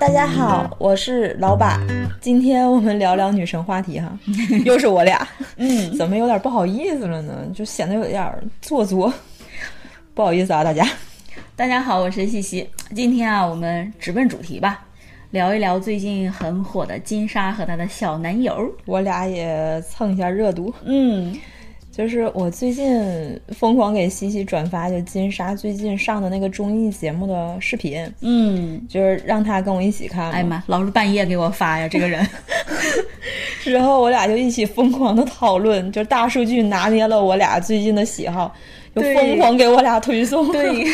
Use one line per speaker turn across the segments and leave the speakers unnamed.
大家好，我是老板。今天我们聊聊女神话题 哈，又是我俩，
嗯，
怎么有点不好意思了呢？就显得有点做作， 不好意思啊，大家。
大家好，我是西西。今天啊，我们直奔主题吧，聊一聊最近很火的金莎和她的小男友。
我俩也蹭一下热度。
嗯，
就是我最近疯狂给西西转发，就金莎最近上的那个综艺节目的视频，
嗯，
就是让她跟我一起看。
哎呀，妈，老是半夜给我发呀，这个人。
之后我俩就一起疯狂的讨论，就大数据拿捏了我俩最近的喜好，就
对
疯狂给我俩推送。
对，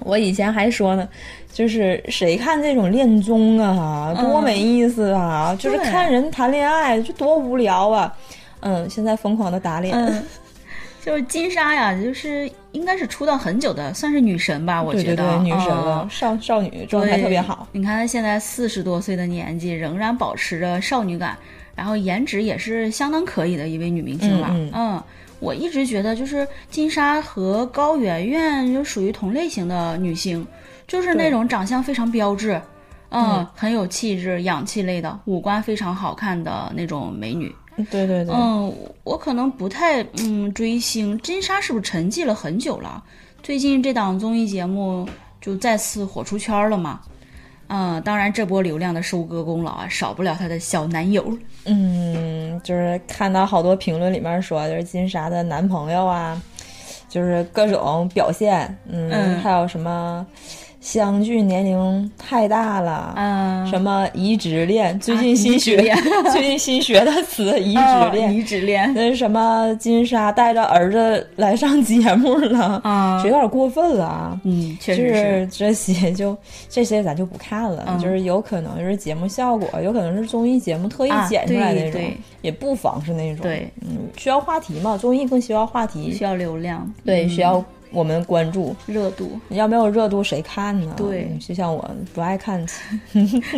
我以前还说呢，就是谁看这种恋综啊，多没意思啊！就是
嗯对
看人谈恋爱，就多无聊啊！嗯，现在疯狂的打脸，
嗯， 就是金莎呀，就是应该是出道很久的，算是女神吧，我
对
觉
对
得
对，女神了，
嗯
少少女状态
对
特别好。
你看她现在四十多岁的年纪，仍然保持着少女感，然后颜值也是相当可以的一位女明星了。
嗯
我一直觉得就是金莎和高圆圆就属于同类型的女星，就是
对
那种长相非常标致。嗯
嗯，
很有气质、氧气类的，五官非常好看的那种美女。
对对对，
嗯，我可能不太嗯追星，金莎是不是沉寂了很久了？最近这档综艺节目就再次火出圈了嘛？嗯，当然这波流量的收割功劳啊，少不了她的小男友。
嗯，就是看到好多评论里面说，就是金莎的男朋友啊，就是各种表现，嗯，
嗯
还有什么相距年龄太大了，
嗯，啊
什么移植恋，最近新学，
移植恋
最近新学的词移植
哦
恋。
移植恋
那什么金莎带着儿子来上节目了，
啊
这有点过分了啊！
嗯，确
就
实是，嗯
是这些就这些咱就不看了，就是有可能就是节目效果，有可能是综艺节目特意
啊
剪出来
对
那种，
对
也不妨是那种。
对，
嗯，需要话题嘛，综艺更需要话
需
题，
要流量，
对，
嗯
需要我们关注。
热度，
要没有热度谁看呢？
对
嗯就像我不爱 看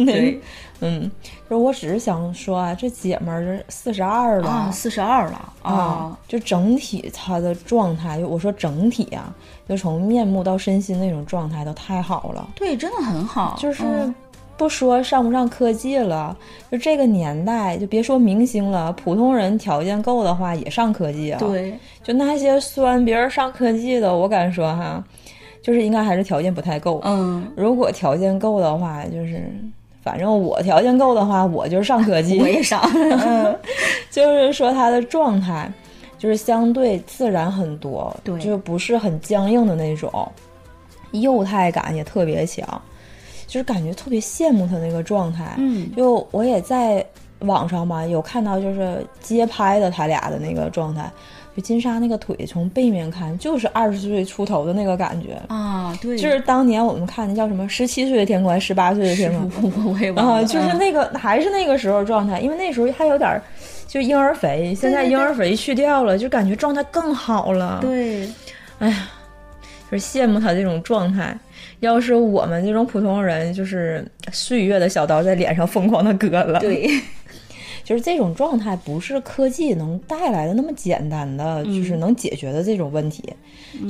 对
嗯，就是我只是想说啊，这姐们儿四十二了
啊，四十二了啊，
就整体她的状态，我说整体啊，就从面目到身心那种状态都太好了，
对，真的很好，
就是。
嗯
不说上不上科技了，就这个年代，就别说明星了，普通人条件够的话也上科技啊。，
对，
就那些酸别人上科技的，我敢说哈，就是应该还是条件不太够。
嗯，
如果条件够的话，就是反正我条件够的话，我就是上科技。
我 也上，嗯
就是说他的状态，就是相对自然很多，
对
就不是很僵硬的那种，幼态感也特别强，就是感觉特别羡慕他那个状态。
嗯
就我也在网上嘛，有看到就是街拍的他俩的那个状态，就金莎那个腿从背面看就是二十岁出头的那个感觉，
啊，对，
就是当年我们看那叫什么十七岁的天宽，十八岁的天宽，
我 我我也忘了，
啊，
嗯
就是那个还是那个时候状态，因为那时候还有点儿就婴儿肥，现在
对对
婴儿肥去掉了，就感觉状态更好了。
嗯对，
就是羡慕他这种状态。要是我们这种普通人，就是岁月的小刀在脸上疯狂的割了。，
对，
就是这种状态不是科技能带来的那么简单的，就是能解决的这种问题。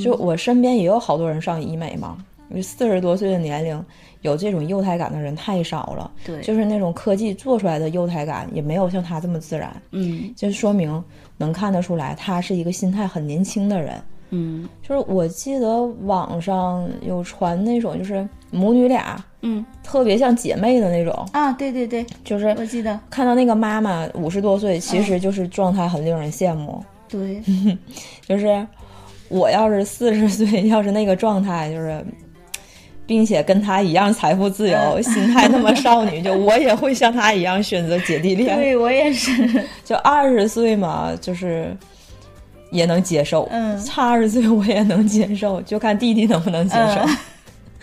就我身边也有好多人上医美嘛，就四十多岁的年龄有这种幼态感的人太少了。
对
就是那种科技做出来的幼态感也没有像他这么自然，
嗯
就说明能看得出来他是一个心态很年轻的人。
嗯
就是我记得网上有传那种就是母女俩
嗯
特别像姐妹的那种，
啊，对对对，
就是
我记得，
看到那个妈妈五十多岁，其实就是状态很令人羡慕。
对，
就是我要是四十岁，要是那个状态，就是并且跟她一样财富自由，
嗯
心态那么少女，就我也会像她一样选择姐弟恋。
对我也是，
就二十岁嘛，就是。也能接受，
嗯
差二十岁我也能接受，就看弟弟能不能接受。
嗯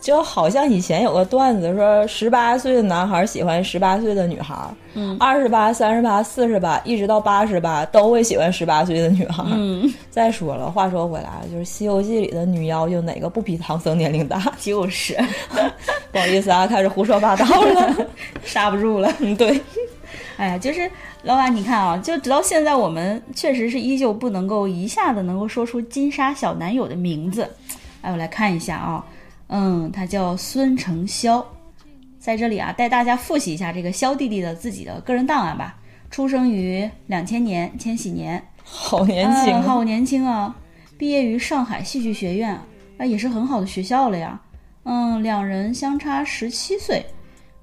就好像以前有个段子说，十八岁的男孩喜欢十八岁的女孩，
嗯
二十八、三十八、四十八，一直到八十八，都会喜欢十八岁的女孩。
嗯，
再说了，话说回来，就是《西游记》里的女妖，就哪个不比唐僧年龄大？
就是
不好意思啊，开始胡说八道了。
刹不住了。
嗯，对，
哎呀，就是老板，你看啊，就直到现在，我们确实是依旧不能够一下子能够说出金莎小男友的名字。哎，我来看一下啊，嗯，他叫孙承潇，在这里啊，带大家复习一下这个肖弟弟的自己的个人档案吧。出生于两千年，千禧年，
好年轻、
啊，好年轻啊！毕业于上海戏剧学院，啊，也是很好的学校了呀。嗯，两人相差十七岁，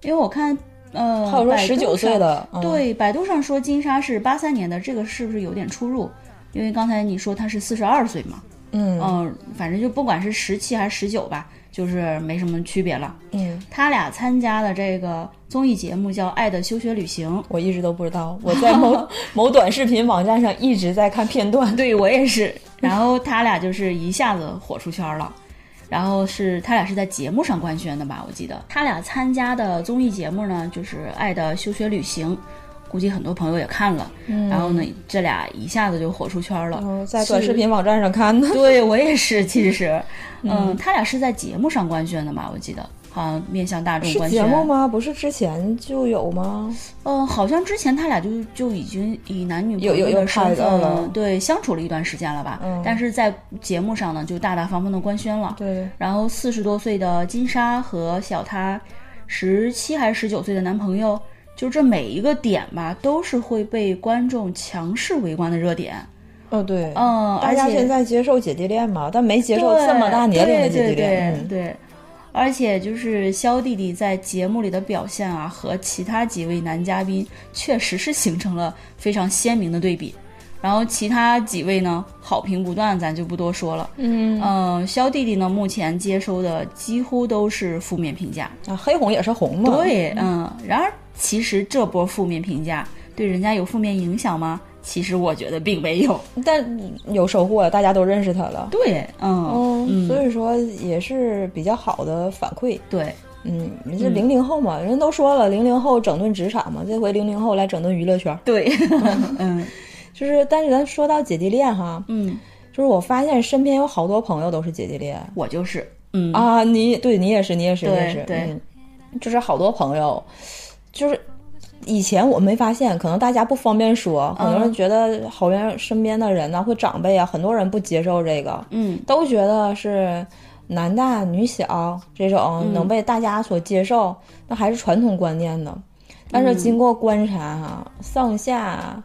因为我看，呃，
还有说
百度
十九岁
上
的，嗯，
对，百度上说金莎是八三年的，这个是不是有点出入？因为刚才你说她是四十二岁嘛，
嗯
嗯、反正就不管是十七还是十九吧，就是没什么区别了。
嗯，
他俩参加了这个综艺节目叫《爱的休学旅行》，
我一直都不知道，我在 某某短视频网站上一直在看片段。
对我也是。然后他俩就是一下子火出圈了，然后是他俩是在节目上官宣的吧？我记得他俩参加的综艺节目呢，就是《爱的休学旅行》，估计很多朋友也看了。然后呢，这俩一下子就火出圈了。
我嗯哦在短
是
视频网站上看的，
对我也是，其实，嗯，他俩是在节目上官宣的吧？我记得好像面向大众
是
官宣。
节目吗？不是之前就有吗？
嗯、好像之前他俩就就已经以男女
有
朋友
有有
的身
拍到
份
了
对相处了一段时间了吧？
嗯
但是在节目上呢，就大大方方的官宣了。
对，
然后四十多岁的金莎和小她十七还是十九岁的男朋友，就这每一个点吧，都是会被观众强势围观的热点。
哦对，
嗯、
大
而
家
且
现在接受姐弟恋嘛，但没接受
对
这么大年龄的姐弟恋。
对对
嗯
对对而且就是肖弟弟在节目里的表现啊，和其他几位男嘉宾确实是形成了非常鲜明的对比。然后其他几位呢，好评不断，咱就不多说了。
嗯，
嗯、肖弟弟呢，目前接收的几乎都是负面评价。
啊，黑红也是红嘛。，
对，嗯。然而，其实这波负面评价对人家有负面影响吗？其实我觉得并没有。
但有收获，大家都认识他了。
对，嗯，
嗯，
嗯
所以说也是比较好的反馈。
对，
嗯，这零零后嘛，人都说了，零零后整顿职场嘛，这回零零后来整顿娱乐圈儿。
对， 嗯
就是，但是咱说到姐弟恋哈，
嗯，
就是我发现身边有好多朋友都是姐弟恋
我就是，嗯
啊，你对你也是，你也是，你也
对
是，
对
嗯，就是好多朋友，就是。以前我没发现，可能大家不方便说，很
嗯
多人觉得好像身边的人呢、或长辈啊，很多人不接受这个，
嗯
都觉得是男大女小这
嗯
种能被大家所接受，那还是传统观念呢。但是经过观察哈、上下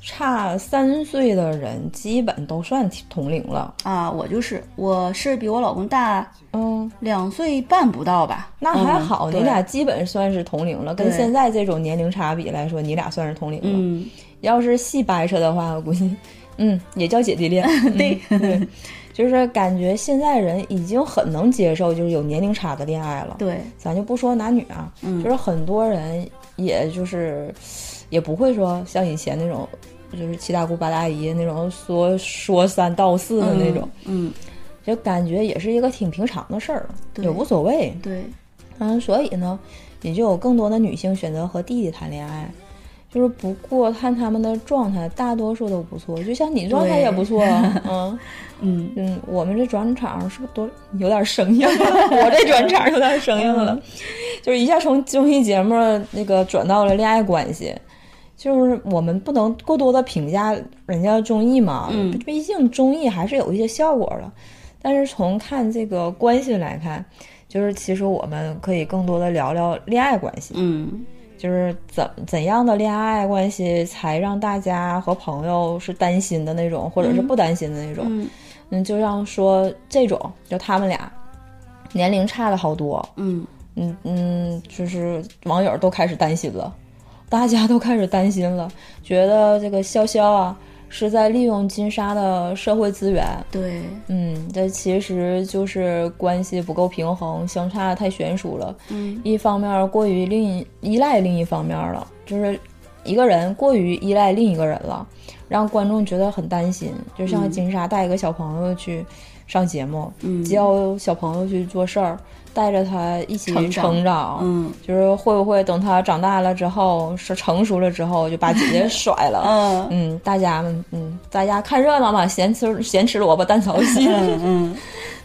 差三岁的人基本都算同龄了。
啊，我就是，我是比我老公大
嗯，
两岁半不到吧？
那还好，
嗯
你俩基本算是同龄了。跟
对
现在这种年龄差比来说，你俩算是同龄了。
对嗯，
要是细掰扯的话，我估计， 嗯，也叫姐弟恋。
对，
嗯对，就是感觉现在人已经很能接受，就是有年龄差的恋爱了。
对，
咱就不说男女啊，
嗯
就是很多人，也就是也不会说像以前那种，就是七大姑八大姨那种说说三道四的那种，
嗯，
就感觉也是一个挺平常的事儿，
对
也无所谓。
嗯，对，
嗯，所以呢，也就有更多的女性选择和弟弟谈恋爱。就是不过看他们的状态，大多数都不错，就像你状态
对
也不错啊， 嗯
嗯，
嗯，我们这转场是不是都有点生 硬了？我这转场有点生硬
嗯
了，就是一下从综艺节目那个转到了恋爱关系。就是我们不能过多的评价人家综艺嘛，
嗯
毕竟综艺还是有一些效果的。但是从看这个关系来看，就是其实我们可以更多的聊聊恋爱关系，
嗯，
就是怎怎样的恋爱关系才让大家和朋友是担心的那种，或者是不担心的那种。
嗯，
嗯，就像说这种，就他们俩年龄差了好多，
嗯，
嗯嗯，就是网友都开始担心了，大家都开始担心了，觉得这个潇潇啊是在利用金莎的社会资源，
对，
嗯，这其实就是关系不够平衡，相差太悬殊了，
嗯，
一方面过于另一依赖另一方面了，就是一个人过于依赖另一个人了，让观众觉得很担心。就像金莎带一个小朋友去上节目，
嗯
教小朋友去做事儿，带着他一起
成长
成长，
嗯，
就是会不会等他长大了之后，是成熟了之后，就把姐 姐甩了。
嗯，
嗯，大家们，嗯，大家看热闹嘛，咸吃咸吃萝卜 淡操心。
嗯，嗯，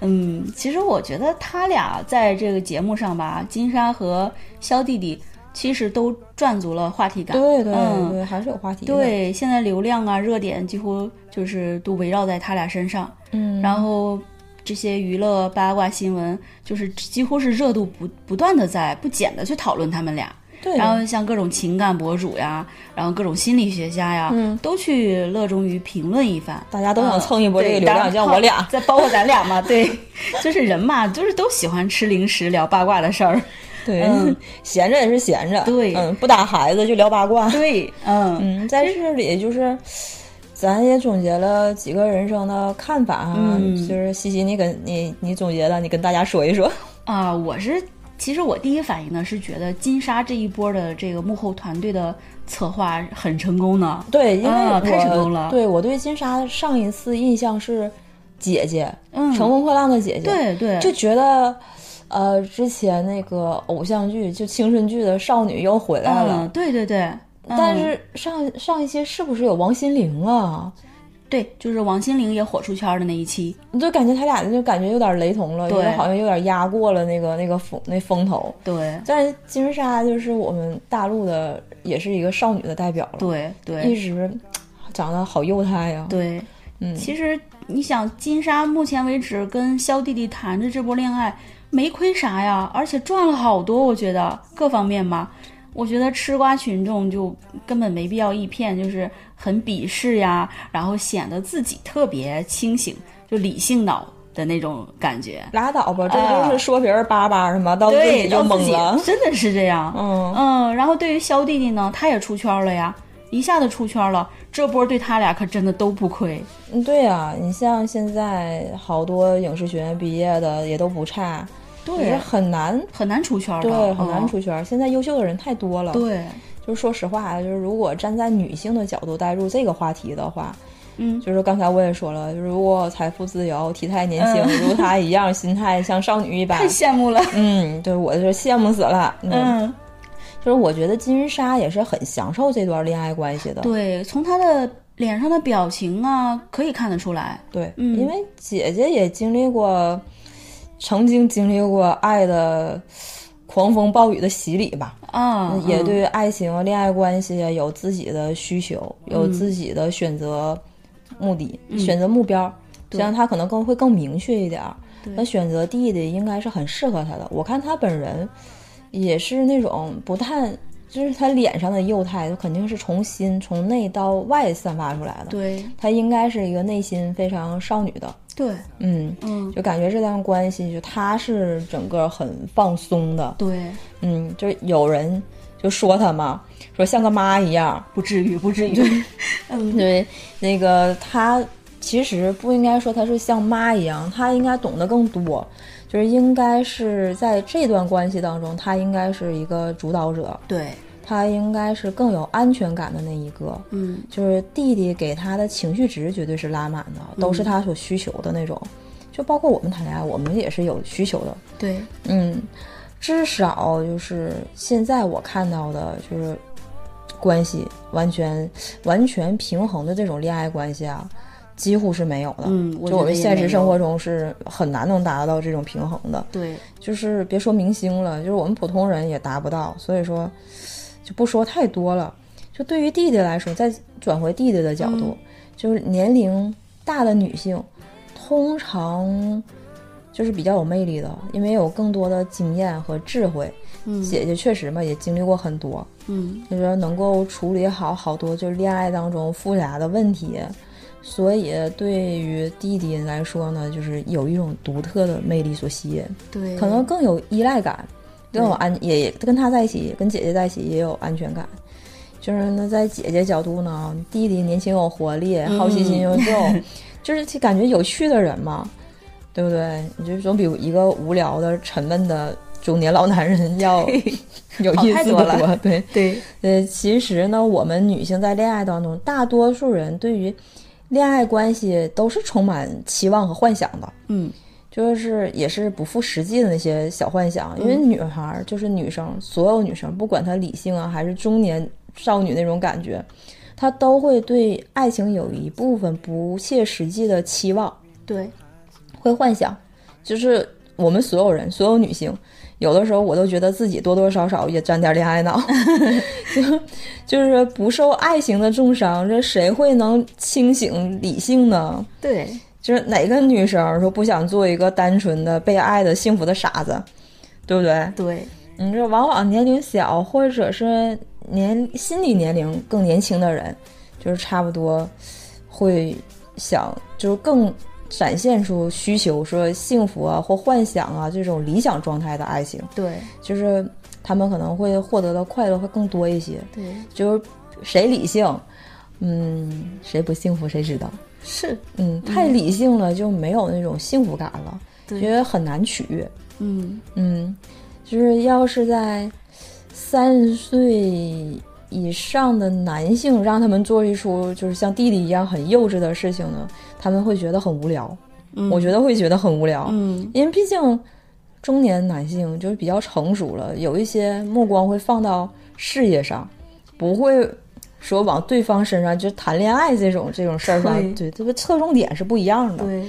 嗯，其实我觉得他俩在这个节目上吧，金莎和肖弟弟其实都赚足了话题感。
对对
嗯
对，还是有话题的。，
对，现在流量啊、热点几乎就是都围绕在他俩身上。
嗯，
然后这些娱乐八卦新闻，就是几乎是热度不不断的在不减的去讨论他们俩。
对，
然后像各种情感博主呀，然后各种心理学家呀，
嗯
都去乐衷于评论一番。
大家都想
呃
蹭一波这个
对
流量，
当然
像我 俩，
再包括咱俩嘛，对，就是人嘛，就是都喜欢吃零食、聊八卦的事儿。
对，
嗯
闲着也是闲着，
对
嗯，不打孩子就聊八卦，
对，嗯，
嗯，在这里就是，咱也总结了几个人生的看法哈、
嗯
就是西西，你跟你你总结了，你跟大家说一说，
啊、我是其实我第一反应呢是觉得金莎这一波的这个幕后团队的策划很成功呢。
对，因为我、
啊太成功了
对我对金莎上一次印象是姐姐，
嗯，
乘风破浪的姐姐，
对对，
就觉得。呃，之前那个偶像剧就青春剧的少女又回来了，
嗯，对对对，嗯
但是上上一期是不是有王心凌啊？
对，就是王心凌也火出圈的那一期。
你就感觉他俩就感觉有点雷同了，有
对
点好像有点压过了那个那个风那风头。
对
但是金莎就是我们大陆的，也是一个少女的代表了，
对
一
对
直长得好幼态呀、
对，
嗯，
其实你想，金莎目前为止跟肖弟弟谈的这波恋爱没亏啥呀，而且赚了好多，我觉得各方面吧。我觉得吃瓜群众就根本没必要一片就是很鄙视呀，然后显得自己特别清醒，就理性脑的那种感觉。
拉倒吧，这都是说别人叭叭什么，到自
对，
己就
到自
懵
己
了。
真的是这样。
嗯，
嗯，然后对于肖弟弟呢，他也出圈了呀，一下子出圈了，这波对他俩可真的都不亏。
对呀、你像现在好多影视学院毕业的也都不差，可是
也是
很难，
很难出圈的，
对，很难
嗯。
出圈儿。现在优秀的人太多了，
对，
就是说实话，啊就是如果站在女性的角度带入这个话题的话，
嗯，
就是刚才我也说了，如果财富自由、体态年轻，如她一样，心态像少女一般
嗯太，羡慕了。
嗯，对我就是羡慕死了。嗯，
嗯，
就是我觉得金莎也是很享受这段恋爱关系的，
对，从他的脸上的表情啊，可以看得出来。
对，
嗯
因为姐姐也经历过，曾经经历过爱的狂风暴雨的洗礼吧，
啊，
也
嗯，
对爱情、啊恋爱关系有自己的需求，
嗯
有自己的选择目的、选择目标。这样他可能更会更明确一点儿。那选择弟弟应该是很适合他的。我看他本人也是那种不太，就是他脸上的幼态，肯定是从心从内到外散发出来的。
对
他应该是一个内心非常少女的，
对，
嗯，
嗯，
就感觉这段关系就他是整个很放松的，
对，
嗯，就是有人就说他嘛，说像个妈一样。
不至于，不至于。嗯，
对，那个他其实不应该说他是像妈一样，他应该懂得更多，就是应该是在这段关系当中，他应该是一个主导者，
对，
他应该是更有安全感的那一个。
嗯，
就是弟弟给他的情绪值绝对是拉满的，都是他所需求的那种。就包括我们谈恋爱，我们也是有需求的，
对，
嗯，至少就是现在我看到的，就是关系完全完全平衡的这种恋爱关系啊，几乎是没有的。
嗯我觉得
就我们
也
现
没
实
有
生活中是很难能达到这种平衡的，
对，
就是别说明星了，就是我们普通人也达不到。所以说，就不说太多了。就对于弟弟来说，再转回弟弟的角度，就是年龄大的女性，通常就是比较有魅力的，因为有更多的经验和智慧。
嗯
姐姐确实嘛，也经历过很多，
嗯，
就是能够处理好好多就是恋爱当中复杂的问题，所以对于弟弟来说呢，就是有一种独特的魅力所吸引，
对，
可能更有依赖感，更有安也也跟他在一起，跟姐姐在一起也有安全感。就是那在姐姐角度呢，弟弟年轻有活力，
嗯
好奇 心又重，就是感觉有趣的人嘛，对不对？你就总比一个无聊的、沉闷的中年老男人要 有
好
意
太
思
多
的多。
了
对，
对，
呃，其实呢，我们女性在恋爱当中，大多数人对于恋爱关系都是充满期望和幻想的。
嗯，
就是也是不负实际的那些小幻想，因为女孩儿就是女生，所有女生不管她理性啊还是中年少女那种感觉，她都会对爱情有一部分不切实际的期望，
对，
会幻想。就是我们所有人，所有女性，有的时候我都觉得自己多多少少也沾点恋爱脑， 就就是不受爱情的重伤，这谁会能清醒理性呢？
对，
就是哪个女生说不想做一个单纯的被爱的幸福的傻子，对不对？
对，
你这往往年龄小或者是年心理年龄更年轻的人，就是差不多会想，就是更展现出需求说幸福啊或幻想啊这种理想状态的爱情，
对，
就是他们可能会获得的快乐会更多一些。
对，
就是谁理性，嗯，谁不幸福谁知道。
是，
嗯，太理性了就没有那种幸福感了，
对
觉得很难取悦。
嗯，
嗯，就是要是在三十岁以上的男性让他们做一出就是像弟弟一样很幼稚的事情呢，他们会觉得很无聊。
嗯
我觉得会觉得很无聊，
嗯，
因为毕竟中年男性就是比较成熟了，有一些目光会放到事业上，不会说往对方身上就谈恋爱这种这种事儿上
对，
对，这个侧重点是不一样的。
对，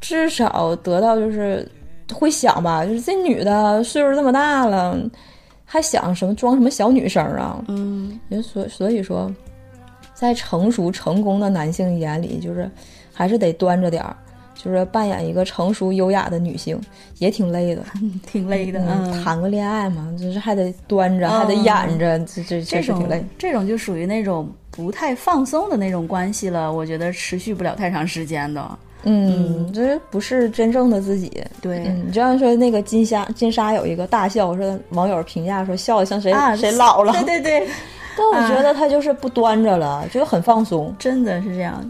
至少得到就是会想吧，就是这女的岁数这么大了，还想什么装什么小女生啊？
嗯，
也所所以说，在成熟成功的男性眼里，就是还是得端着点儿，就是扮演一个成熟优雅的女性也挺累的。
挺累的，
嗯，
嗯，
谈个恋爱嘛，就是还得端着，还得演着，这这确
这
实挺累嗯
种。这种就属于那种不太放松的那种关系了，我觉得持续不了太长时间的，
嗯，这不是真正的自己。
对，
嗯，你就像说那个金莎，金莎有一个大笑，说网友评价说笑的像谁、
啊，
谁老了。啊
对对对，
但我觉得她就是不端着了，就很放松。
真的是这样。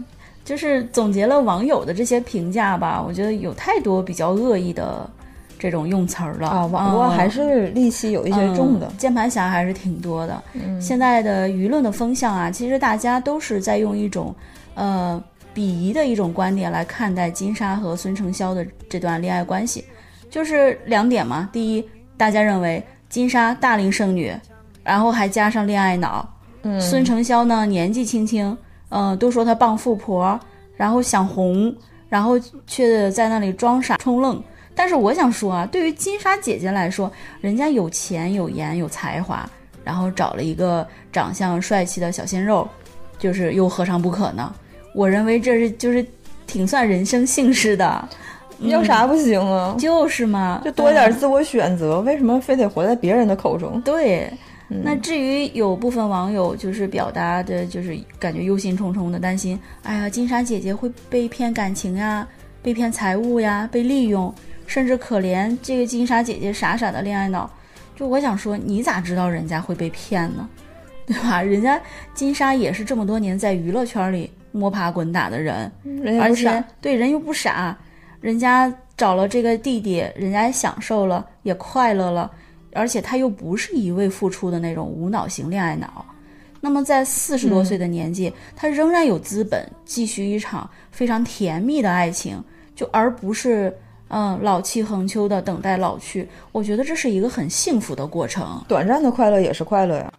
就是总结了网友的这些评价吧，我觉得有太多比较恶意的这种用词儿了
啊，网络还是戾气有一些重的嗯
嗯。键盘侠还是挺多的。现在的舆论的风向啊，其实大家都是在用一种呃鄙夷的一种观点来看待金莎和孙承潇的这段恋爱关系，就是两点嘛。第一，大家认为金莎大龄剩女，然后还加上恋爱脑，
嗯
孙承潇呢年纪轻轻，嗯、都说他傍富婆，然后想红，然后却在那里装傻充愣。但是我想说啊，对于金莎姐姐来说，人家有钱有颜有才华，然后找了一个长相帅气的小鲜肉，就是又何尝不可呢？我认为这是就是挺算人生幸事的，
有啥不行啊？
嗯就是嘛，
就多一点
嗯
自我选择，为什么非得活在别人的口中？
对，那至于有部分网友就是表达的，就是感觉忧心忡忡的，担心，哎呀，金莎姐姐会被骗感情呀，被骗财物呀，被利用，甚至可怜这个金莎姐姐傻傻的恋爱脑。就我想说，你咋知道人家会被骗呢？ 对吧？人家金莎也是这么多年在娱乐圈里摸爬滚打的人，
人家
而
不傻
且对人又不傻，人家找了这个弟弟，人家也享受了，也快乐了，而且他又不是一味付出的那种无脑型恋爱脑。那么在四十多
嗯
岁的年纪，他仍然有资本继续一场非常甜蜜的爱情，就而不是嗯老气横秋的等待老去。我觉得这是一个很幸福的过程。
短暂的快乐也是快乐呀。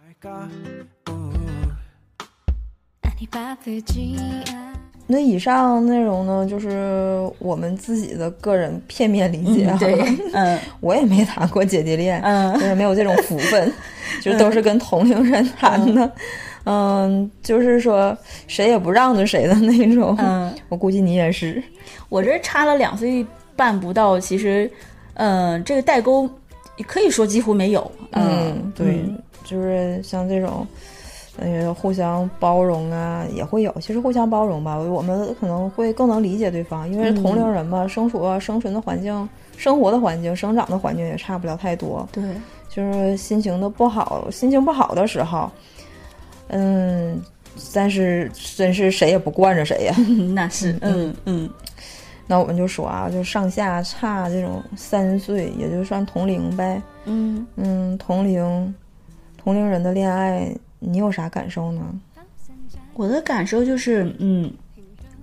那以上内容呢，就是我们自己的个人片面理解啊。
对，嗯
我也没谈过姐弟恋，
嗯
就是没有这种福 分，就是都是跟同龄人谈的。嗯，就是说谁也不让着谁的那种。
嗯。
我估计你也是，
我这差了两岁半不到，其实，呃，这个代沟可以说几乎没有。呃
嗯，对，就是像这种，呃，互相包容啊，也会有。其实互相包容吧，我们可能会更能理解对方，因为是同龄人嘛，生处啊生存的环境、生活的环境、生长的环境也差不了太多。
对，
就是心情的不好，心情不好的时候，嗯，但是真是谁也不惯着谁呀。
那是，嗯嗯
那我们就说啊，就上下差这种三岁，也就算同龄呗。
嗯，
嗯，同龄同龄人的恋爱，你有啥感受呢？
我的感受就是，嗯，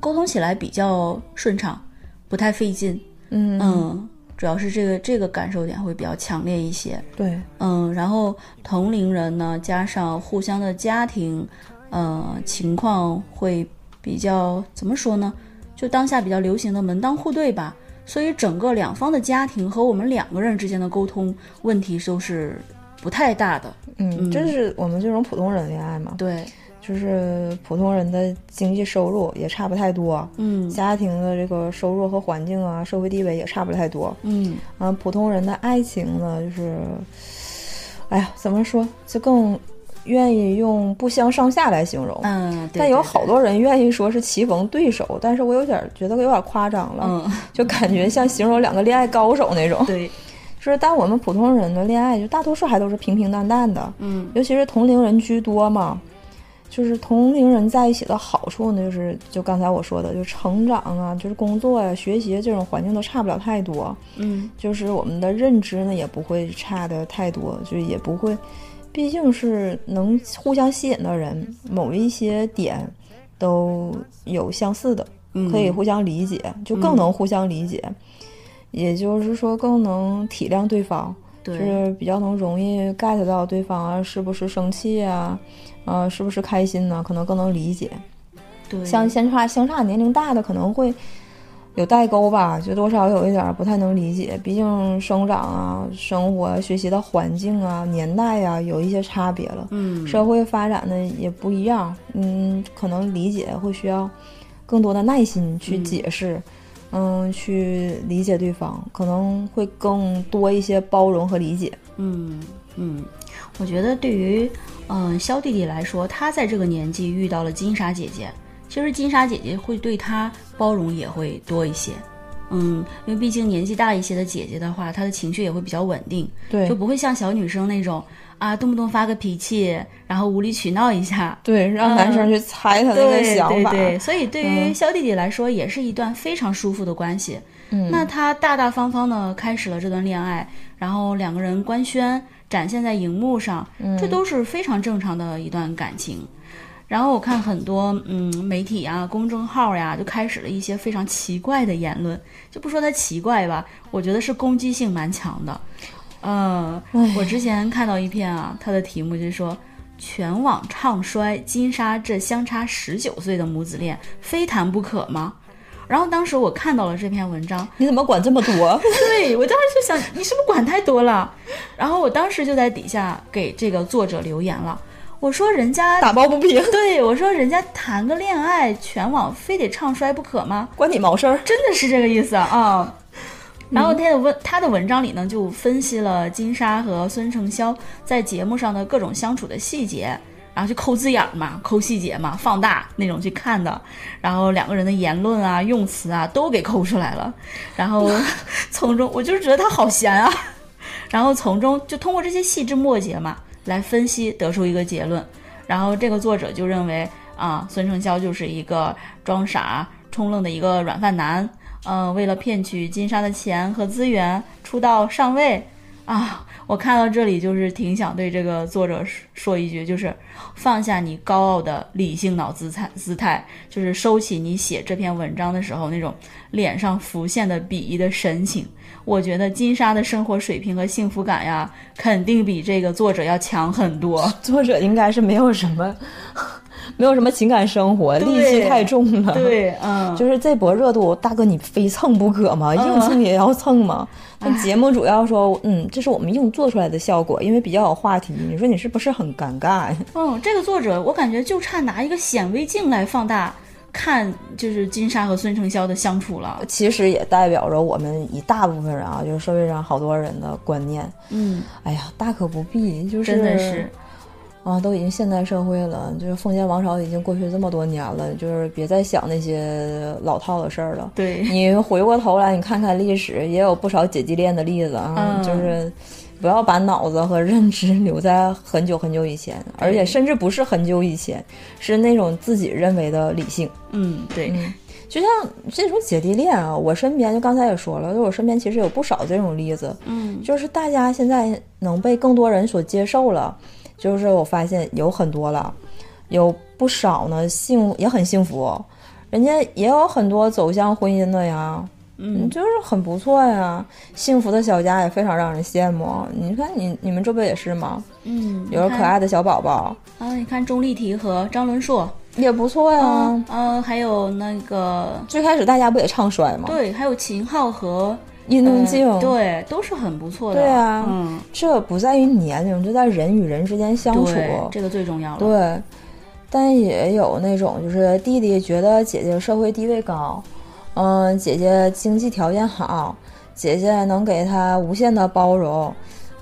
沟通起来比较顺畅，不太费劲。
嗯，
嗯，主要是这个这个感受点会比较强烈一些。
对，
嗯，然后同龄人呢，加上互相的家庭，呃，情况会比较怎么说呢？就当下比较流行的门当户对吧。所以整个两方的家庭和我们两个人之间的沟通问题都是不太大的。嗯
嗯，这是我们这种普通人恋爱嘛，
对，
就是普通人的经济收入也差不太多，
嗯
家庭的这个收入和环境啊、社会地位也差不太多。
嗯
啊，普通人的爱情呢，就是，哎呀，怎么说，就更愿意用不相上下来形容。
嗯，对
但有
对
好
对
多人愿意说是棋逢对手，但是我有点儿觉得有点儿夸张了，
嗯，
就感觉像形容两个恋爱高手那种。
对，
就是但我们普通人的恋爱，就大多数还都是平平淡淡的，
嗯
尤其是同龄人居多嘛。就是同龄人在一起的好处呢，就是就刚才我说的，就是成长啊，就是工作呀、学习这种环境都差不了太多。
嗯
就是我们的认知呢也不会差的太多，就是也不会，毕竟是能互相吸引的人，某一些点都有相似的，
嗯，
可以互相理解，就更能互相理解，也就是说更能体谅对方，就
对，
是比较能容易 get 到对方啊是不是生气啊，啊是不是开心呢、可能更能理解。
对，
像相差相差年龄大的可能会有代沟吧，就多少有一点儿不太能理解，毕竟生长啊、生活、学习的环境啊、年代啊有一些差别了，
嗯
社会发展的也不一样，嗯，可能理解会需要更多的耐心去解释。嗯，去理解对方，可能会更多一些包容和理解。
嗯，嗯，我觉得对于嗯、呃肖弟弟来说，他在这个年纪遇到了金莎姐姐，其实金莎姐姐会对他包容也会多一些。嗯，因为毕竟年纪大一些的姐姐的话，她的情绪也会比较稳定，
对
就不会像小女生那种啊，动不动发个脾气，然后无理取闹一下。
对，让男生去猜他那个
嗯对
想
对
法。
对，所以对于
嗯
肖弟弟来说，也是一段非常舒服的关系。
嗯，
那他大大方方的开始了这段恋爱，然后两个人官宣展现在荧幕上，这都是非常正常的一段感情。然后我看很多嗯媒体啊、公众号呀、就开始了一些非常奇怪的言论，就不说它奇怪吧，我觉得是攻击性蛮强的。呃，我之前看到一篇啊，它的题目就说全网唱衰金莎这相差十九岁的母子恋，非谈不可吗？然后当时我看到了这篇文章，
你怎么管这么 多？
对我当时就想，你是不是管太多了？然后我当时就在底下给这个作者留言了，我说人家
打抱不平，
对我说人家谈个恋爱，全网非得唱衰不可吗？
关你毛事儿。
真的是这个意思啊。啊然后他的文他的文章里呢，就分析了金莎和孙承潇在节目上的各种相处的细节，然后就抠字眼儿嘛，抠细节嘛，放大那种去看的，然后两个人的言论啊、用词啊都给抠出来了，然后从中我就是觉得他好闲啊，然后从中就通过这些细枝末节嘛来分析得出一个结论，然后这个作者就认为啊，孙承潇就是一个装傻充愣的一个软饭男，呃，为了骗取金莎的钱和资源出道上位啊。我看到这里就是挺想对这个作者说说一句，就是放下你高傲的理性脑姿态姿态，就是收起你写这篇文章的时候那种脸上浮现的鄙夷的神情。我觉得金莎的生活水平和幸福感呀，肯定比这个作者要强很多。
作者应该是没有什么， 没有什么情感生活，
对
戾气太重了。，
对，嗯，
就是这波热度，大哥你非蹭不可吗？硬蹭也要蹭 吗？但节目主要说，嗯，这是我们硬做出来的效果，因为比较有话题。你说你是不是很尴尬 呀？
嗯，这个作者我感觉就差拿一个显微镜来放大看，就是金莎和孙承潇的相处了。
其实也代表着我们一大部分人啊，就是社会上好多人的观念。
嗯，
哎呀，大可不必，就是
真的是，
啊，都已经现代社会了，就是封建王朝已经过去这么多年了，就是别再想那些老套的事儿了。
对，
你回过头来，你看看历史，也有不少姐弟恋的例子啊，
嗯
就是不要把脑子和认知留在很久很久以前，而且甚至不是很久以前，是那种自己认为的理性。
嗯，对，
就像这种姐弟恋啊，我身边就刚才也说了，就我身边其实有不少这种例子，
嗯，
就是大家现在能被更多人所接受了，就是我发现有很多了，有不少呢幸也很幸福，人家也有很多走向婚姻的呀，
嗯，
就是很不错呀，幸福的小家也非常让人羡慕。你看你你们这不也是吗？
嗯，
有个
你看
可爱的小宝宝
啊，你看钟丽缇和张伦硕，
也不错呀。
嗯，呃，还有那个，
最开始大家不也唱衰吗？
对，还有秦昊和
伊能
嗯
静，
对，都是很不错的。
对啊
嗯，
这不在于年龄，这在人与人之间相处。
对，这个最重要了。
对，但也有那种就是弟弟觉得姐姐社会地位高，嗯，姐姐经济条件好，姐姐能给他无限的包容，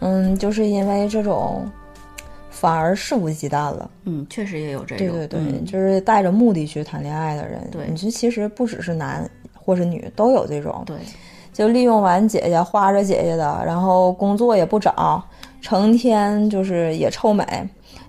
嗯，就是因为这种，反而肆无忌惮了。
嗯，确实也有这种，
对对对，
嗯
就是带着目的去谈恋爱的人，
对
你这其实不只是男或是女都有这种，
对，
就利用完姐姐花着姐姐的，然后工作也不找，成天就是也臭美，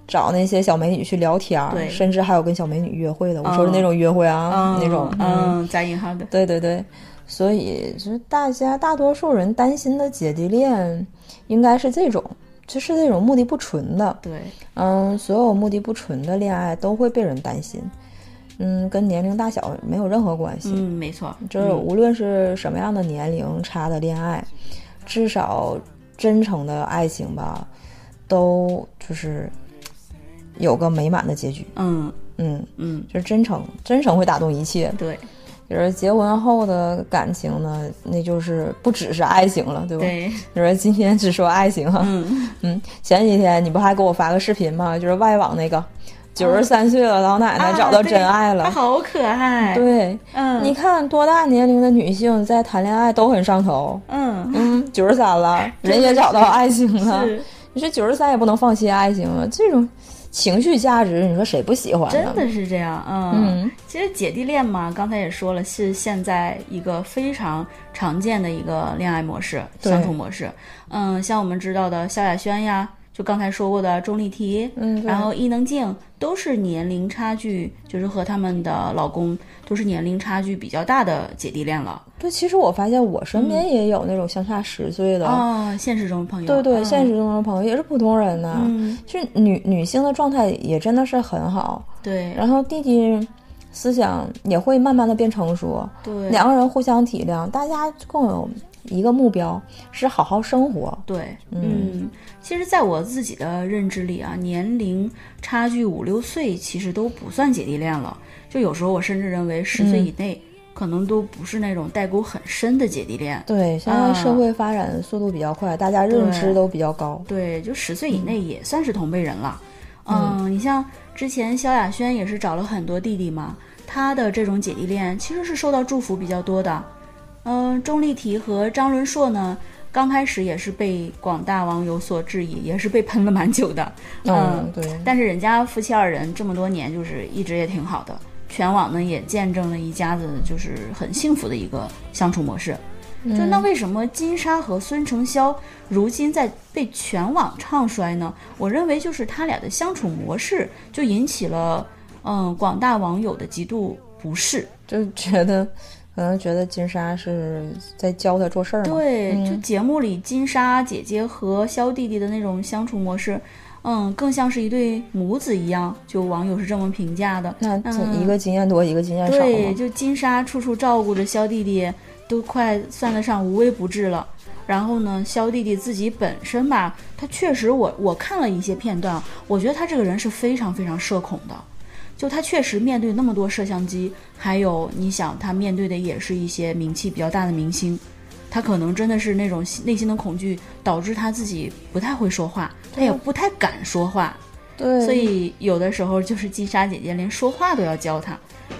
找那些小美女去聊天儿
对，
甚至还有跟小美女约会的。我说的
嗯
那种约会啊，那种，嗯，
嗯，加引号的，
对对对，所以就是大家大多数人担心的姐弟恋，应该是这种，就是这种目的不纯的，
对，
嗯，所有目的不纯的恋爱都会被人担心，嗯，跟年龄大小没有任何关系，
嗯，没错，
就是无论是什么样的年龄差的恋爱，至少真诚的爱情吧，都就是有个美满的结局。
嗯
嗯，
嗯，
就是真诚，真诚会打动一切。
对
就是结婚后的感情呢，那就是不只是爱情了，对吧？
对，
你说今天只说爱情啊，
嗯，
嗯，前几天你不还给我发个视频吗？就是外网那个九十三岁了老奶奶
啊
找到
对
真爱了，
他好可爱，，
对，
嗯，
你看多大年龄的女性在谈恋爱都很上 头，
嗯，
嗯，九十三了，人也找到爱情了。
是，
你说九十三也不能放弃爱情啊，这种情绪价值，你说谁不喜欢呢？
真的是这样，嗯，其实姐弟恋嘛，刚才也说了，是现在一个非常常见的一个恋爱模式、
对
相处模式。嗯，像我们知道的萧亚轩呀，就刚才说过的钟丽缇，
嗯对
然后伊能静，都是年龄差距，就是和他们的老公都是年龄差距比较大的姐弟恋了。
对，其实我发现我身边也有那种相差十岁的，
啊，现实中的朋友，
哦对对，
嗯
现实中的朋友也是普通人呐、
嗯，
就是女女性的状态也真的是很好，
对
然后弟弟思想也会慢慢的变成熟，
对
两个人互相体谅，大家共有一个目标是好好生活，
对，嗯，其实，在我自己的认知里啊，年龄差距五六岁其实都不算姐弟恋了。就有时候我甚至认为十岁以内、可能都不是那种代沟很深的姐弟恋。
对，现在社
啊
会发展速度比较快，大家认知都比较高。
对，就十岁以内也算是同辈人了。嗯，你像之前萧亚轩也是找了很多弟弟嘛，她的这种姐弟恋其实是受到祝福比较多的。嗯，钟丽缇和张伦硕呢，刚开始也是被广大网友所质疑，也是被喷了蛮久的。嗯
嗯，对，
但是人家夫妻二人这么多年就是一直也挺好的，全网呢也见证了一家子就是很幸福的一个相处模式。就那为什么金莎和孙承潇如今在被全网唱衰呢？我认为就是他俩的相处模式就引起了嗯广大网友的极度不适。
就觉得可能觉得金莎是在教他做事儿嘛。
对，就节目里金莎姐姐和肖弟弟的那种相处模式，嗯，更像是一对母子一样，就网友是这么评价的。
那这
嗯
一个经验多，一个经验少
对，
嘛。
就金莎处处照顾着肖弟弟，都快算得上无微不至了。然后呢，肖弟弟自己本身吧，他确实我我看了一些片段，我觉得他这个人是非常非常社恐的。就他确实面对那么多摄像机，还有你想他面对的也是一些名气比较大的明星，他可能真的是那种内心的恐惧导致他自己不太会说话，他也不太敢说话。
对，
所以有的时候就是金莎姐姐连说话都要教他，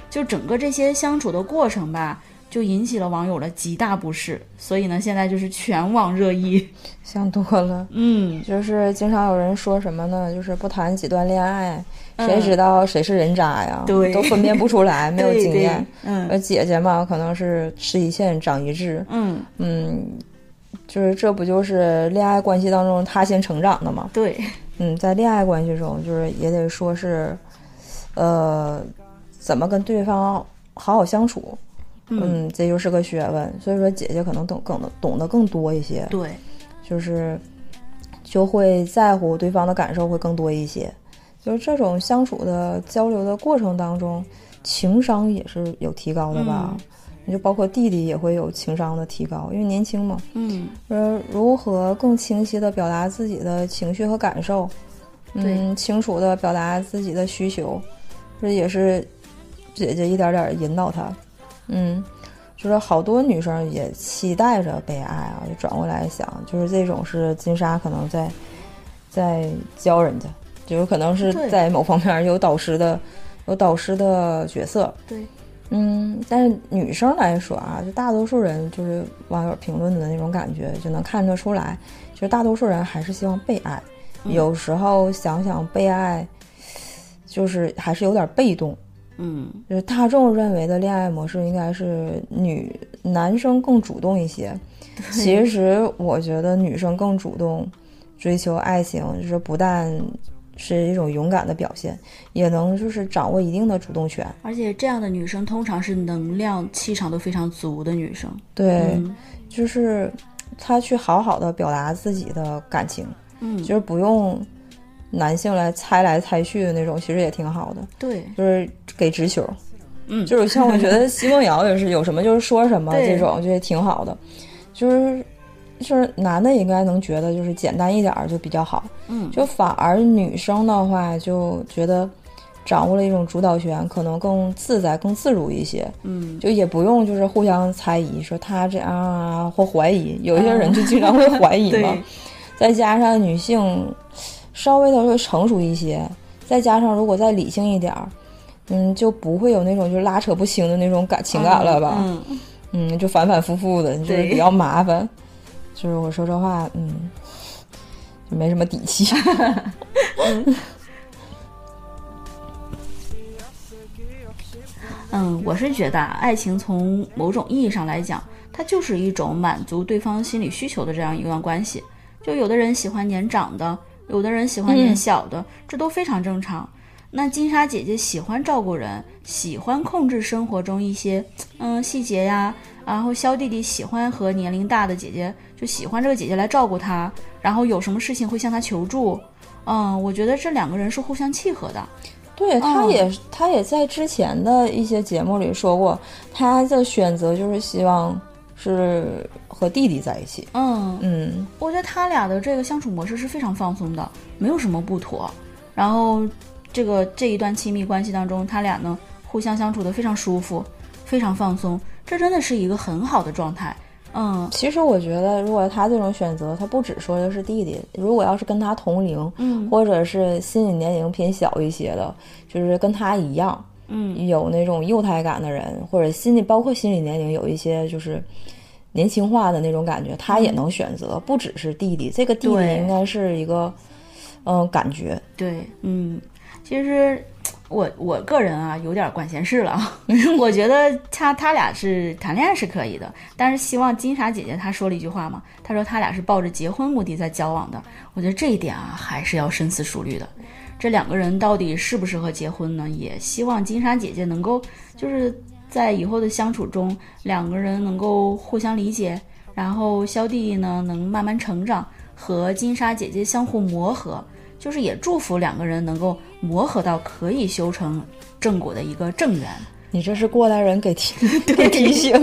就整个这些相处的过程吧，就引起了网友的极大不适。所以呢，现在就是全网 热议。
想多了。
嗯，
就是经常有人说什么呢？就是不谈几段恋爱，谁知道谁是人渣呀？
嗯对
都分辨不出来，没有
对
经
对
验。
嗯
而姐姐嘛，可能是吃一堑长一智。
嗯，
嗯，就是这不就是恋爱关系当中她先成长的吗？
对，
嗯，在恋爱关系中，就是也得说是，呃，怎么跟对方好好相处，
嗯
嗯，这就是个学问。所以说，姐姐可能懂更懂得更多一些，
对，
就是就会在乎对方的感受会更多一些。就是这种相处的交流的过程当中，情商也是有提高的吧？
嗯
你就包括弟弟也会有情商的提高，因为年轻嘛。
嗯
呃，如何更清晰地表达自己的情绪和感受，嗯，清楚地表达自己的需求，这也是姐姐一点点引导他，嗯，就是好多女生也期待着被爱啊，就转过来想，就是这种是金莎可能在在教人家，就有可能是
对
在某方面有导师的有导师的角色，
对，
嗯，但是女生来说啊，就大多数人就是网友评论的那种感觉，就能看得出来，就是大多数人还是希望被爱。
嗯
有时候想想被爱，就是还是有点被动。
嗯
就是大众认为的恋爱模式应该是女男生更主动一些，其实我觉得女生更主动追求爱情，就是不但是一种勇敢的表现，也能就是掌握一定的主动权。
而且这样的女生通常是能量、气场都非常足的女生。
对，
嗯
就是他去好好的表达自己的感情，
嗯，
就是不用男性来猜来猜去的那种，其实也挺好的，
对，
就是给直球。
嗯
就是像我觉得奚梦瑶也是有什么就是说什么
对
这种，就也挺好的，就是。就是男的应该能觉得就是简单一点儿就比较好，
嗯
就反而女生的话就觉得掌握了一种主导权，可能更自在、更自如一些。
嗯，
就也不用就是互相猜疑，说他这样啊或怀疑，有一些人就经常会怀疑嘛。
对，
再加上女性稍微的会成熟一些，再加上如果再理性一点儿，嗯，就不会有那种就是拉扯不清的那种感情感了吧？
嗯，嗯
嗯就反反复复的，就是
对
比较麻烦。就是我说这话，嗯，就没什么底气。
嗯，我是觉得啊爱情从某种意义上来讲，它就是一种满足对方心理需求的这样一段关系。就有的人喜欢年长的，有的人喜欢年
嗯
小的，这都非常正常。那金莎姐姐喜欢照顾人，喜欢控制生活中一些嗯细节呀，然后肖弟弟喜欢和年龄大的姐姐，就喜欢这个姐姐来照顾他，然后有什么事情会向她求助。嗯，我觉得这两个人是互相契合的。
对，他
嗯
也、他也在之前的一些节目里说过，他的选择就是希望是和弟弟在一起。
嗯，
嗯，
我觉得他俩的这个相处模式是非常放松的，没有什么不妥。然后这个这一段亲密关系当中，他俩呢互相相处的非常舒服，非常放松，这真的是一个很好的状态。嗯
其实我觉得，如果他这种选择，他不只说的是弟弟，如果要是跟他同龄，
嗯
或者是心理年龄偏小一些的，就是跟他一样
嗯
有那种幼态感的人，或者心理包括心理年龄有一些就是。年轻化的那种感觉，他也能选择，不只是弟弟。这个弟弟
嗯对
应该是一个，嗯、感觉，
对，嗯，其实我我个人啊有点管闲事了 啊，我觉得他他俩是谈恋爱是可以的，但是希望金莎姐姐她说了一句话嘛，她说他俩是抱着结婚目的在交往的，我觉得这一点啊还是要深思熟虑的。这两个人到底适不适合结婚呢？也希望金莎姐姐能够就是在以后的相处中，两个人能够互相理解，然后肖弟呢能慢慢成长，和金莎姐姐相互磨合，就是也祝福两个人能够磨合到可以修成正果的一个正缘。
你这是过来人给 提给提醒，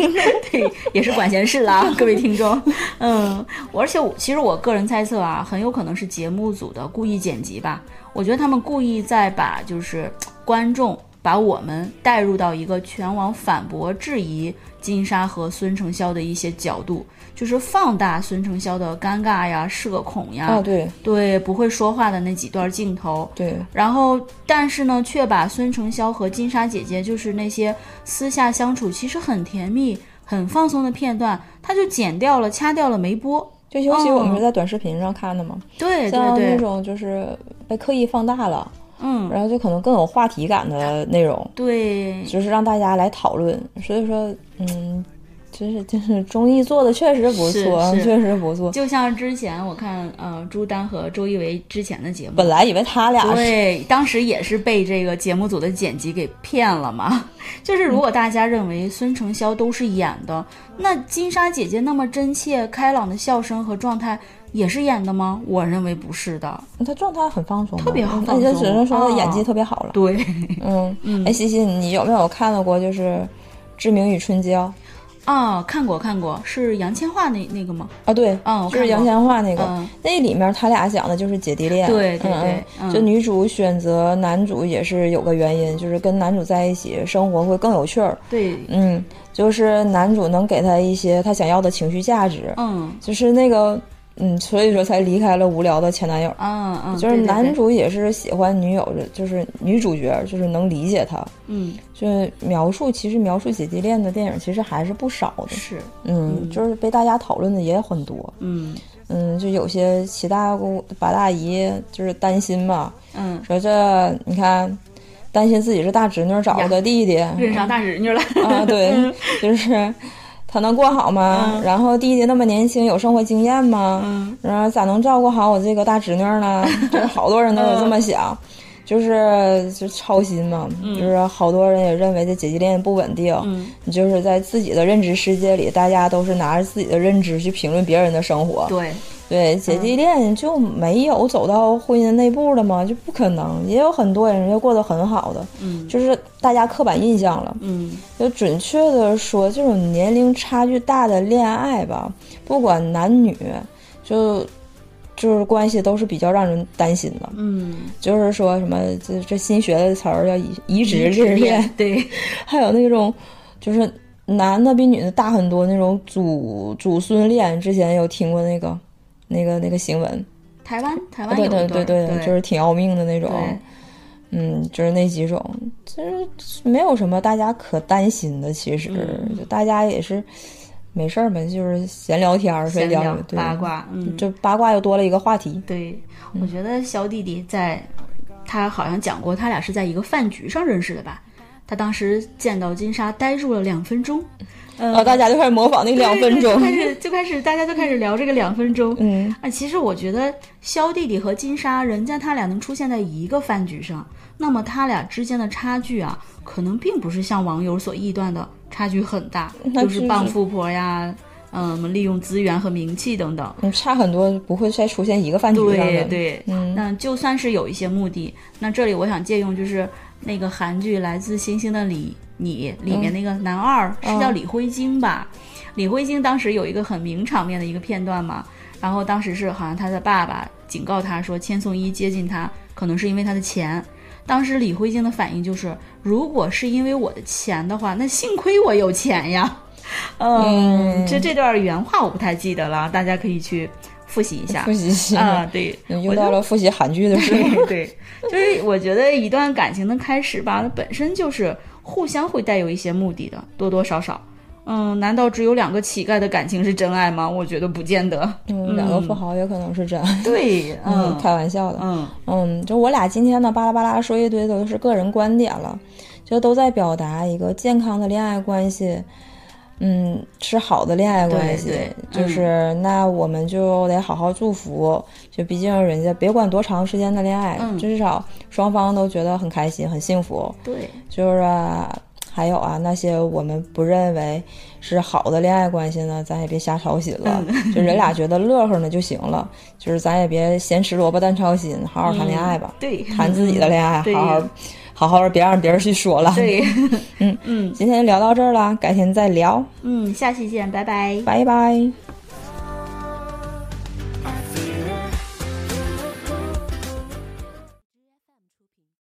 对，也是管闲事啦，各位听众。 嗯，我而且我其实我个人猜测啊，很有可能是节目组的故意剪辑吧。我觉得他们故意在把就是观众把我们带入到一个全网反驳质疑金莎和孙承霄的一些角度，就是放大孙承霄的尴尬呀、社恐呀，
啊，对
对不会说话的那几段镜头，
对，
然后，但是呢，却把孙承霄和金莎姐姐就是那些私下相处其实很甜蜜、很放松的片段，他就剪掉了、掐掉了没播。
就尤其我们
嗯
是在短视频上看的嘛，
对
像那
对对，
种就是被刻意放大了，
嗯，
然后就可能更有话题感的内容，
对，
就是让大家来讨论。所以说，嗯，就是就是综艺做的确实不错，
是是
确实不错。
就像之前我看呃朱丹和周一围之前的节目，
本来以为他俩是
对，当时也是被这个节目组的剪辑给骗了嘛。 就是如
嗯
果大家认为孙承霄都是演的，那金莎姐姐那么真切、开朗的笑声和状态也是演的吗？我认为不是的。
他状态很放松嘛，
特别放松
那就只能说他演技
啊
特别好了。
对，
嗯，哎，西西，你有没有看到过就是《志明与春娇》
啊，看过看过，是杨千嬅那那个吗？
啊？对，
嗯，我
就是
看
杨
过。
千嬅那个，
嗯
那里面他俩讲的就是姐弟恋，
对对
嗯
对
嗯
嗯
就女主选择男主也是有个原因，就是跟男主在一起生活会更有趣儿，
对，
嗯，就是男主能给她一些她想要的情绪价值，
嗯
就是那个嗯，所以说才离开了无聊的前男友。
嗯嗯，
就是
对对
男
对
主也是喜欢女友的，就是女主角，就是能理解他。
嗯
就是描述，其实描述姐弟恋的电影其实还是不少的。
是
嗯，就是被大家讨论的也很多。
嗯
嗯，就有些七大姑八大姨就是担心吧，
嗯，
说这你看，担心自己是大侄女找的弟弟，
认上大侄女了。
啊， 对，就是他能过好吗？
嗯
然后弟弟那么年轻，有生活经验吗？
嗯
然后咋能照顾好我这个大侄女呢？就是好多人都有这
嗯
么想，就是就操心嘛，就是好多人也认为这姐弟恋不稳定。
嗯，
就是在自己的认知世界里，大家都是拿着自己的认知去评论别人的生活。
对，
对，姐弟恋就没有走到婚姻那步的吗？就不可能，也有很多人家过得很好的，
嗯
就是大家刻板印象了。
嗯
就准确的说，这种年龄差距大的恋爱吧，不管男女，就就是关系都是比较让人担心的。
嗯，
就是说什么这这新学的词儿叫移移植恋，
对，
还有那种就是男的比女的大很多那种祖祖孙恋，之前有听过那个那个那个新闻，
台湾台湾啊有
对对
一段
对
儿
对，
对，
就是挺要命的那种。
对
嗯，就是那几种，其实没有什么大家可担心的。其实、
嗯
就大家也是没事儿嘛，就是闲聊天儿，所以
闲聊
聊对
八，卦，嗯，
就嗯八卦又多了一个话题。
对，我觉得小弟弟在，他好像讲过，他俩是在一个饭局上认识的吧？他当时见到金莎呆住了两分钟，嗯
然啊后大家就开始模仿那哦两分钟
对。就开始就开始大家就开始聊这个两分钟。
嗯，
啊，其实我觉得肖弟弟和金莎，人家他俩能出现在一个饭局上，那么他俩之间的差距啊，可能并不是像网友所臆断的差距很大，
那
就
就是是
傍富婆呀，嗯，利用资源和名气等等。
嗯差很多，不会再出现一个饭局上
对
的。
对，
嗯
那就算是有一些目的，那这里我想借用就是那个韩剧《来自星星的你》你里面那个男二、是叫
嗯
李辉京吧？李辉京当时有一个很名场面的一个片段嘛，然后当时是好像他的爸爸警告他说千颂伊接近他可能是因为他的钱。当时李辉京的反应就是，如果是因为我的钱的话，那幸亏我有钱呀。嗯，
嗯
这这段原话我不太记得了，大家可以去复习一下
复。习
啊，对，
嗯
我
用
就
到了复习韩剧的时候。
对对，就是我觉得一段感情的开始吧，它本身就是互相会带有一些目的的，多多少少。嗯，难道只有两个乞丐的感情是真爱吗？我觉得不见得。
嗯，两个富豪也可能是这样。
对，
嗯，
嗯
开玩笑的。
嗯
嗯，就我俩今天呢，巴拉巴拉说一堆都是个人观点了，就都在表达一个健康的恋爱关系，嗯，是好的恋爱关系，
对对嗯
就是、那我们就得好好祝福，就毕竟人家别管多长时间的恋爱，
嗯
至少双方都觉得很开心、很幸福。
对，
就是啊、还有啊，那些我们不认为是好的恋爱关系呢，咱也别瞎操心了。
嗯
就人俩觉得乐呵呢就行了，就是咱也别咸吃萝卜淡操心，好好谈恋爱吧，
对，
谈自己的恋爱，
嗯对
好好好好地别让别人去说了。
对，
嗯
嗯
今天就聊到这儿了，改天再聊，
嗯，下期见，拜拜。
拜拜。